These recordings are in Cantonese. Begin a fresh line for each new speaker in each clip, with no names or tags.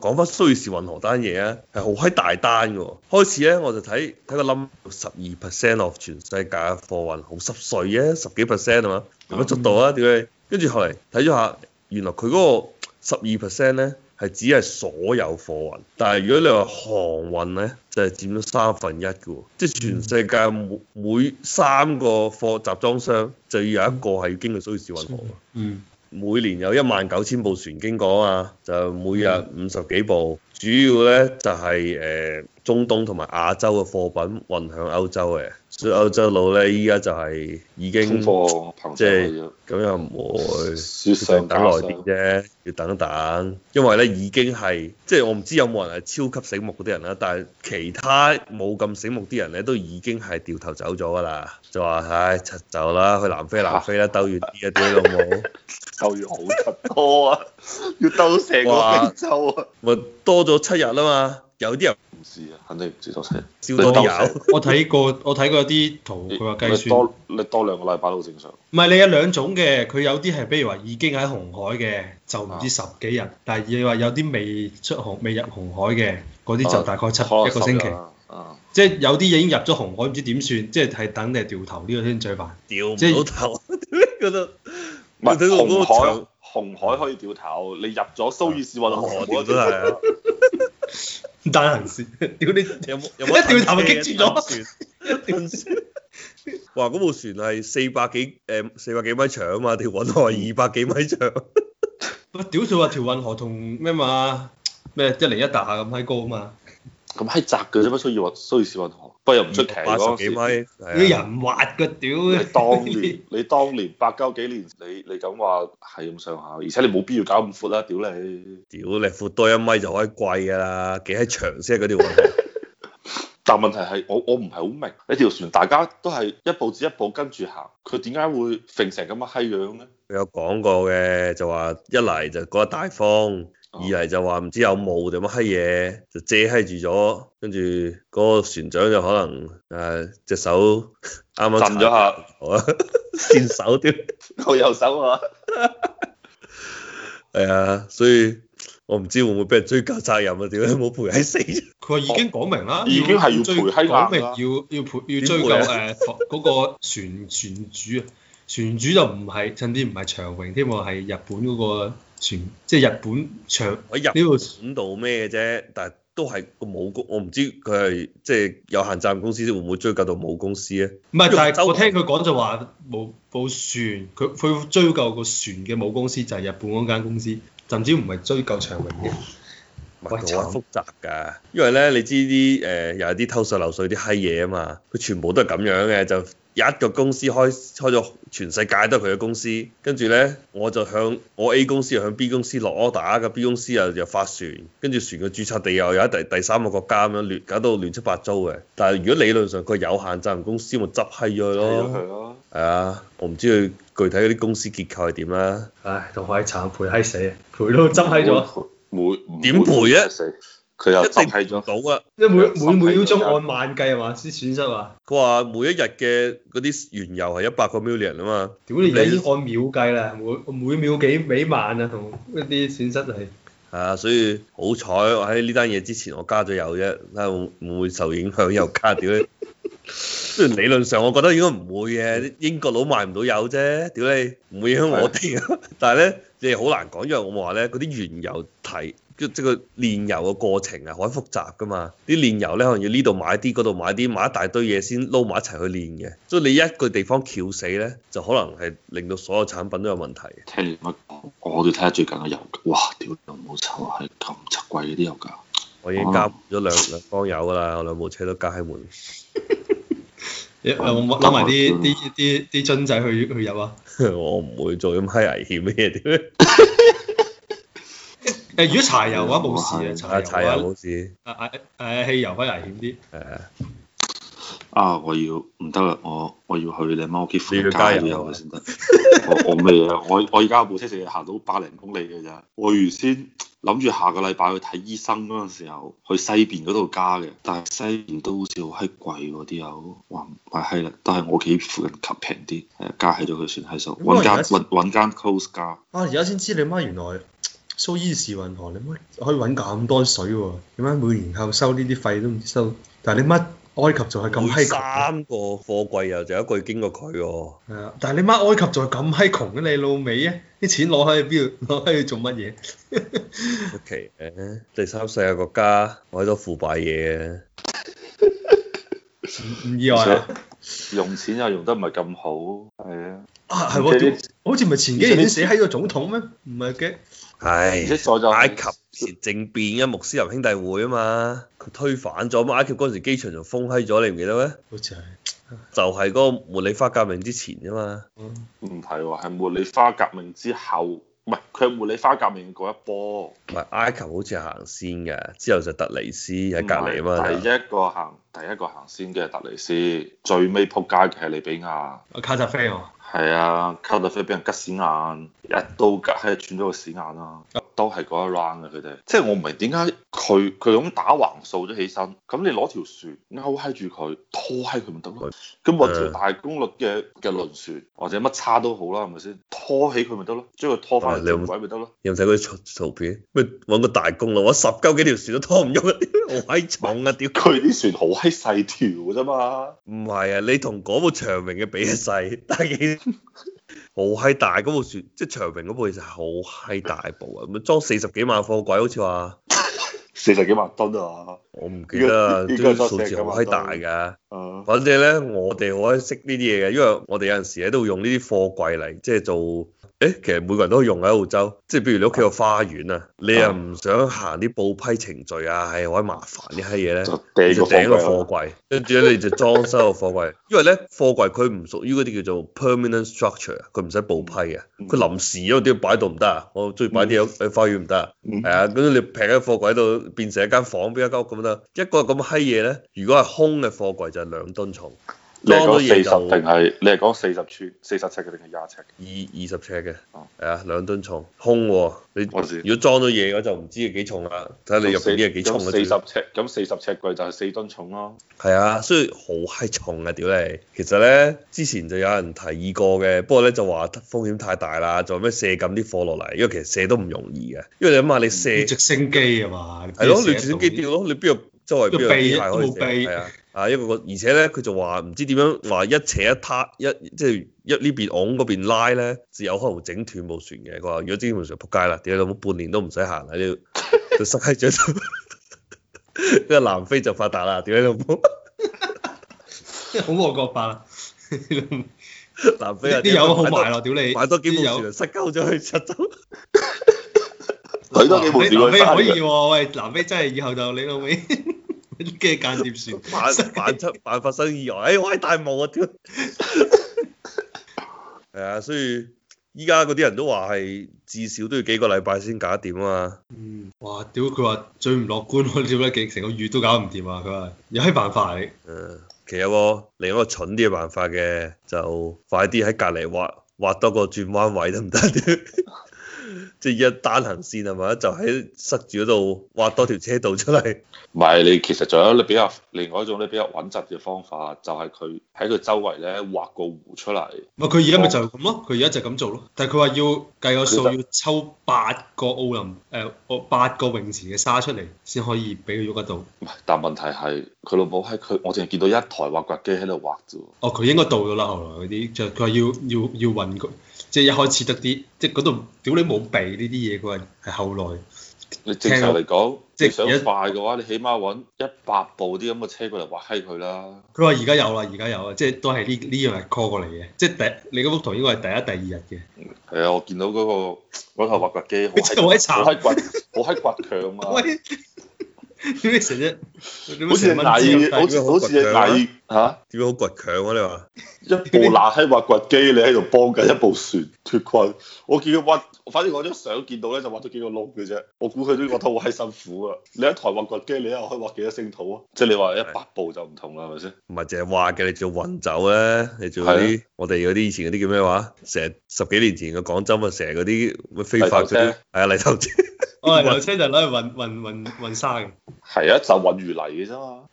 講翻蘇伊士運河單嘢啊，係好閪大單嘅喎。開始咧我就睇睇個 number 十二 percent of 全世界嘅貨運好濕碎嘅，十幾 percent 係嘛，有乜速度啊？屌你！跟住後嚟睇咗下，原來佢嗰個十二 percent 咧係只係所有貨運，但係如果你話航運咧，就係、佔咗三分一嘅喎，即係全世界每每三個貨集裝箱就要有一個係要經過蘇伊士運河。
嗯，
每年有一萬九千部船經過啊，就每日
嗯
五十幾部，主要咧就係、誒、中東同埋亞洲嘅貨品運向歐洲嘅，所以歐洲佬咧依家就係已經
通貨膨脹
即係啊
咗，
咁又唔會。
雪
想
上
等
加
耐
霜。
啲啫，要等等，因為咧已經係即係我唔知有冇人係超級醒目嗰啲人啦，但係其他冇咁醒目啲人咧都已經係掉頭走咗噶啦，就話唉柒走啦，去南非南非啦，兜遠啲啊，屌你老母！
就要好出多啊，要兜成個非洲啊！
咪多咗七日啦嘛，有啲人
唔知啊，肯定唔知道先。
少多啲有，
我睇過我睇過啲圖，佢話計
你
算，
多你多兩個禮拜都好正常。
唔係你有兩種嘅，佢有啲係比如話已經喺紅海嘅，就唔知十幾日，但係你話有啲未出紅未入紅海嘅，嗰啲就大概七
可能
一個星期
十日，啦啊，
即係有啲已經入咗紅海，唔知點算，即係係等定係掉頭呢個先最 煩。
掉唔
即係
到頭，嗰度
唔係
你睇到嗰個
紅
場
海，紅海可以掉頭，你入咗蘇伊士運河
我
冇
掉
得
都
頭
係啊，
單行線， 屌你！
有冇有
一
冇
掉頭咪激住咗
咗？一條 船，哇！嗰部船係四百幾誒四百幾米長啊嘛，條運河二百幾米長，
喂屌佢話條運河同咩嘛咩一零一大廈咁閪高啊嘛，
咁閪窄嘅啫嘛，蘇伊運蘇伊士運河，不過又唔出奇
八
嗰
十
陣時
幾米。。
啲
係啊
人滑嘅屌。
你當年 你當年八九幾年，你你咁話係咁上下，而且你冇必要搞咁闊啦，屌你！
屌你闊多一米就可以貴㗎啦，幾閪長先係嗰條運河。
但問題係我我唔係好明，你條船大家都係一步至一步跟住行，佢點解會揈成咁嘅閪樣咧？
佢有講過嘅，就話一嚟就嗰日大風，
哦
二嚟就話唔知有霧定乜閪嘢，就遮閪住咗，跟住嗰個船長就可能誒隻、手 啱啱
震咗下，
好啊， 跣手啲，
我右手啊，
係啊，所以我唔知會唔會俾人追究責任啊？屌 你冇賠喺死，
佢話已經講明啦，
哦已經係要
追
賠閪硬啦啊
講明要要賠要追究
點賠
誒嗰個船船主啊，船主就唔係甚至唔係長榮添喎，係日本嗰個船，即係日本長呢
我入
個
管到咩啫？但係都係個母公，我唔知佢係即係有限責任公司會唔會追究到母公司啊咧？
唔係，但
周
係我聽佢講就話冇部船，佢佢會追究個船嘅母公司就係日本嗰間公司，甚至唔係追究長榮嘅。
唔係
喂
好複雜㗎，因為咧你知啲誒、呃又係啲偷稅漏税啲閪嘢啊嘛，佢全部都係咁樣嘅，就一個公司開開咗全世界都係佢嘅公司，跟住咧我就向我 A 公司又向 B 公司落 order，個 B 公司又又發船，跟住船嘅註冊地又有喺第第三個國家咁樣亂，搞到亂七八糟嘅。但係如果理論上佢有限責任公司，咪執閪咗佢
睇咗佢
咯。
咯。
係啊，我唔知佢具體嗰啲公司結構係點啦。
唉，仲可以慘賠閪死啊！賠到執閪咗，
每每
點賠啊
死佢又
一
執閪
定唔
咗，
到啊！
即係
十
每每每
幾
秒鐘
個
按萬計係嘛？啲損失話，
佢話每一日嘅嗰啲原油係一百個 million 啊嘛，
屌你而家已經按秒計啦，每每秒幾幾萬啊，同一啲損失係。
係啊，所以好彩我喺呢單嘢之前我加咗油啫，睇下會唔會受影響又加屌你。雖然理論上我覺得應該唔會嘅，啲英國佬賣唔到油啫，屌你唔會影響我哋啊。但係咧，你係好難講，因為我話咧嗰啲原油提。即係個煉油嘅過程係好複雜㗎嘛，啲煉油咧可能要呢度買啲，嗰度買啲，買一大堆嘢先撈埋一齊去煉嘅，所以你一個地方翹死咧，就可能係令到所有產品都有問題嘅。
聽你乜講，我哋睇下最近嘅油價，哇！屌你冇臭係咁柒貴嘅啲油價，
我已經加咗兩兩缸油㗎啦，我兩部車都加喺門。
誒我我攞埋啲啲啲啲樽仔去去入啊！
我唔會做咁閪危險嘅嘢，屌
誒，如果柴油嘅話冇事
啊！
啊，
柴
柴
油
油嘅
冇事，
話誒誒誒汽油可以危險啲。
係啊
啊！我要唔得啦，我我要去你媽屋企附近
你要加
加
油
啲油先得。我我未啊，我我而家部車淨係行到百零公里嘅咋。我原先諗住下個禮拜去睇醫生嗰陣時候，去西邊嗰度加嘅，但係西邊都好似好閪貴喎啲油，哇買閪啦！但係我屋企附近及平啲，係啊加起咗佢算係數，
咁我
揾
而家
間揾揾間 close 加。
啊！而家先知你媽原來蘇伊士運河，你乜可以揾咁多水喎？點解每年後收呢啲費都唔知收？但係你乜埃及就係咁
每
閪窮，
三個貨櫃又就有一個經過佢喎。
係啊！但係你乜埃及就係咁閪窮嘅，你老味啊！啲錢攞喺邊度？攞喺去做乜嘢？
出奇嘅，第三世界國家買咗腐敗嘢嘅，
唔唔意外啊！
用錢又用得唔係咁好，係啊，
啊，係喎，
即係
屌好似唔係前幾年先死喺個總統咩？唔係嘅，
唉
而且，再就係
埃及前政變嘅穆斯林兄弟會啊嘛，佢推翻咗嘛，埃及嗰陣時機場就封閪咗，你唔記得咩？
好似係。
就係嗰個茉莉花革命之前啊嘛，
唔係喎，係茉莉花革命之後，唔係佢係茉莉花革命嗰一波，
唔係埃及好似係行先嘅，之後就突尼斯喺
唔
隔離啊
係
嘛
第，一個行第一個行先嘅係特尼斯，最尾撲街嘅係利比亞。
啊卡扎菲喎，
係啊，卡特菲俾人吉屎眼，一刀吉喺度斷咗個屎眼啦，
啊
都係嗰一 round 啊嘅佢哋。即係我唔明點解佢佢咁打橫掃咗起身，咁你攞條船勾閪住佢，拖閪佢咪得
嗯
咯？咁揾條大功率嘅嘅輪船或者乜叉都好啦，係咪先？拖起佢咪得咯，將佢拖翻
啊喂你有
正
冇
位咪得咯。
有冇睇嗰啲圖圖片？咩揾個大公路，我十鳩幾條船都拖唔喐啊，好閪重啊，屌！
佢啲船好閪細條嘅啫嘛，
唔係啊，你同嗰部長榮嘅比係細， 但係其實好閪大嗰部船，即係長榮嗰部其實係好閪大部啊，咁裝四十幾萬貨櫃好似話，
四十幾萬噸啊！
我唔記得啦，
應該
啲
應該
數字好閪大㗎。
啊，
反正咧，我哋好閪識呢啲嘢嘅，因為我哋有陣時喺度用呢啲貨櫃嚟，即係做，誒，其實每個人都可以用喺澳洲，即係譬如你屋企個花園啊，你又唔想行啲報批程序啊，係好閪麻煩啲閪嘢咧。
就掟個
就
貨
頂個
櫃啊
貨
啦。
櫃，跟住咧你就裝修個貨櫃， 因為咧貨櫃佢唔屬於嗰啲叫做 permanent structure，佢啊唔使報批嘅，
嗯
佢臨時嗰啲擺度唔得啊，我中意擺啲嘢喺花園唔得啊，
嗯
係啊，咁你劈喺貨櫃度變成一間房，變一間屋咁得，一個咁閪嘢咧，如果係空嘅貨櫃就係兩噸重，
你係
裝
講
咗
四
嘢
十定啊
就
係你係講四十寸、四十尺嘅定係廿尺？
二二十尺嘅
哦，
係啊，兩噸重，空喎，你
我知
如果裝咗嘢我就唔知幾重啦，睇下你入邊啲嘢幾重啊
咁
嘅
四
啫
十尺，咁四十尺櫃就係四噸重咯。
係啊，所以好閪重啊！屌你，其實咧之前就有人提議過嘅，不過咧就話風險太大啦，就話咩卸咁啲貨落嚟，因為其實卸都唔容易嘅，因為你諗下你
你
卸
直升機啊嘛，
係咯，你
直
直升機掉咯，你邊度周圍邊度機械可以
個鼻都冇
卸
鼻
係啊，啊一個個，而且咧佢就話唔知點樣話一扯一撻一即係一呢邊拱嗰邊拉咧，就有可能會整斷部船嘅。佢話如果整斷部船仆街啦，屌你老母半年都唔使行啦，你就塞喺咗度，因為南非就發達啦，屌你老母！
好過國 法啦，啲
南非啊，
友好埋咯，屌你，
買多幾部
啲
船啊
友
嚟塞鳩咗去七 洲。
佢都幾無
你
聊
南非
嘅，
可以喎，喂，南非真係以後就你老味， 啲嘅間諜
萬
船，
萬出萬發生意外，哎，我係大霧啊！屌， 係啊，所以依家嗰啲人都話係至少都要幾個禮拜先搞掂啊嘛。
嗯，哇，屌佢話最唔樂觀喎，屌得幾成個月都搞唔掂啊，佢話有閪辦法你，
嗯，其實有個另一個蠢啲嘅辦法嘅，就快啲喺隔離挖挖多個轉彎位得唔得？ 即係一單行線係咪？就喺塞住嗰度挖多條車道出嚟。
唔係你其實仲有你比較另外一種你比較穩陣嘅方法，就係佢喺佢周圍咧畫個湖出嚟，
咪佢而家咪就係咁咯，佢而家就咁做咯，但係佢話要計個數
佢
要抽八個奧林誒，我八個泳池嘅沙出嚟先可以俾佢喐得到，
唔係但問題係佢老母喺佢，我淨係見到一台挖掘機喺度畫啫喎。
哦，佢應該到咗啦，後來嗰啲就佢話要要要運佢，即係一開始得啲，即係嗰度屌你冇避呢啲嘢，佢話係後來
你正常嚟講，
即係
你想
而家
快嘅話，你起碼揾一百部啲咁嘅車過嚟畫閪佢啦。
佢話而家有啦，而家有啊，即係都係呢呢樣係 call 過嚟嘅，即係第你嗰幅圖應該係第一第二日嘅，
係啊，我見到嗰、個嗰台挖掘機好
佢真係好
閪
閪慘
好閪倔，好閪倔強啊！
喂， 點解成日
好似係
隻
蟻，好似好啊似係蟻嚇。
點樣好倔強啊？你話？
一 部拿喺挖掘機，你喺度幫緊一部船脱困。我見佢挖，反正我張相見到咧就挖咗幾個窿嘅啫。我估佢都覺得好閪辛苦啊！你一台挖掘機，你又可以挖幾多星土啊？即係你話一百步就唔同啦，係咪先？
唔係淨係話嘅，你仲要運走咧，你仲有
係啊
啲我哋嗰啲以前嗰啲叫咩話？成日十幾年前嘅廣州啊咪成日嗰啲咩非法嗰
泥頭
啲，係
車
啊泥頭車，
我係流車就攞去運運運運沙嘅，
係啊，就揾魚泥嘅啫嘛。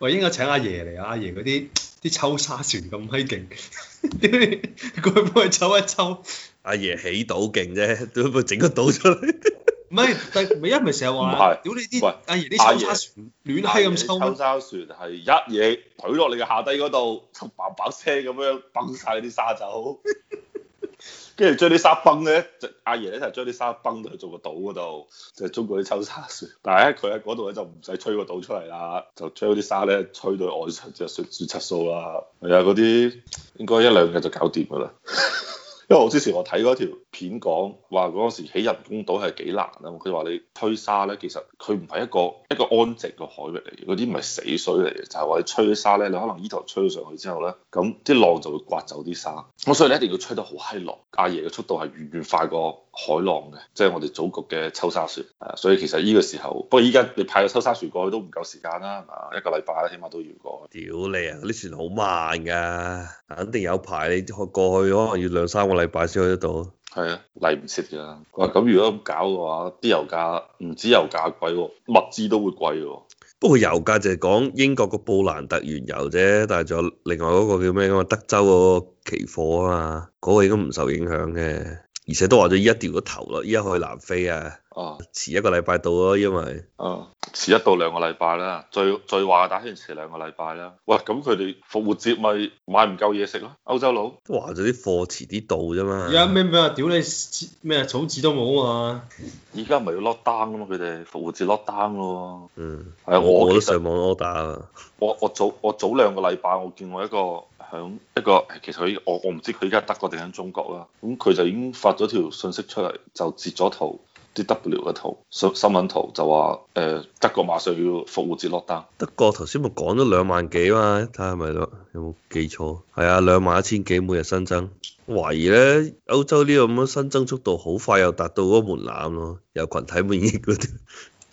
喂，應該請阿爺嚟啊，阿爺嗰 啲啲抽沙船咁閪勁，屌你佢幫佢抽一抽，
阿爺起賭勁啫，點解整個島出嚟？
唔係，但係因為成日
唔
話
係，
屌你啲
喂
阿爺啲
阿
抽
爺
沙船亂閪咁抽
抽
咩，
沙船係一嘢懟落你嘅下低嗰度，就砰砰聲咁樣崩晒啲沙走， 跟住將啲沙崩咧，就阿爺咧就將啲沙崩到去做個島嗰度，就係中國啲抽沙船。但係咧佢喺嗰度咧就唔使吹個島出嚟啦，就將啲沙咧吹到外層就算算質素啦。係啊，嗰啲應該一兩日就搞掂㗎啦。因為我之前我睇嗰條片講話嗰陣時起人工島係幾難啊，佢話你推沙咧，其實佢唔係一個一個安靜嘅海域嚟嘅，嗰啲唔係死水嚟嘅，就係、話你吹啲沙咧，你可能呢頭吹上去之後咧，咁啲浪就會刮走啲沙，咁所以你一定要吹得好閪浪，阿爺嘅速度係遠遠快過海浪嘅，即係我哋祖國嘅抽沙船啊，所以其實呢個時候，不過依家你派個抽沙船過去都唔夠時間啦，係嘛？一個禮拜起碼都要過去。
屌你啊！啲船好慢㗎，肯定有排你過去，可能要兩三個禮拜先去得到。
係啊，嚟唔切㗎。佢話咁如果咁搞嘅話，啲油價唔止油價貴喎，物資都會貴喎。
不過油價就係講英國個布蘭特原油啫，但係仲有另外嗰個叫咩㗎嘛？德州嗰個期貨啊嘛，嗰、個應該唔受影響嘅，而且都話咗依家掉咗頭咯，依家去南非啊，
啊
遲一個禮拜到咯，因為
啊，遲一到兩個禮拜啦，最最話打算遲兩個禮拜啦。喂，咁佢哋復活節咪買唔夠嘢食咯？歐洲佬
都話咗啲貨遲啲到啫嘛。
而家咩咩話屌你咩啊草紙都冇啊嘛，
而家咪要 lock down 啊嘛，佢哋復活節 lock down 咯
嗯，
喎。係啊，
我我
我
都
其實
上網 order 啊。
我我早我早兩個禮拜我見我一個響一個其實佢我我唔知佢依家德國定喺中國啦，咁佢就已經發咗條信息出嚟，就截咗圖啲 W 嘅圖新新聞圖就話誒、呃德國馬上要復活節 lock down，
德國頭先咪講咗兩萬幾嘛，睇下係咪咯，有冇記錯？係啊，兩萬一千幾每日新增。懷疑咧，歐洲呢個咁樣新增速度好快又達到嗰個門檻咯，有群體免疫嗰啲。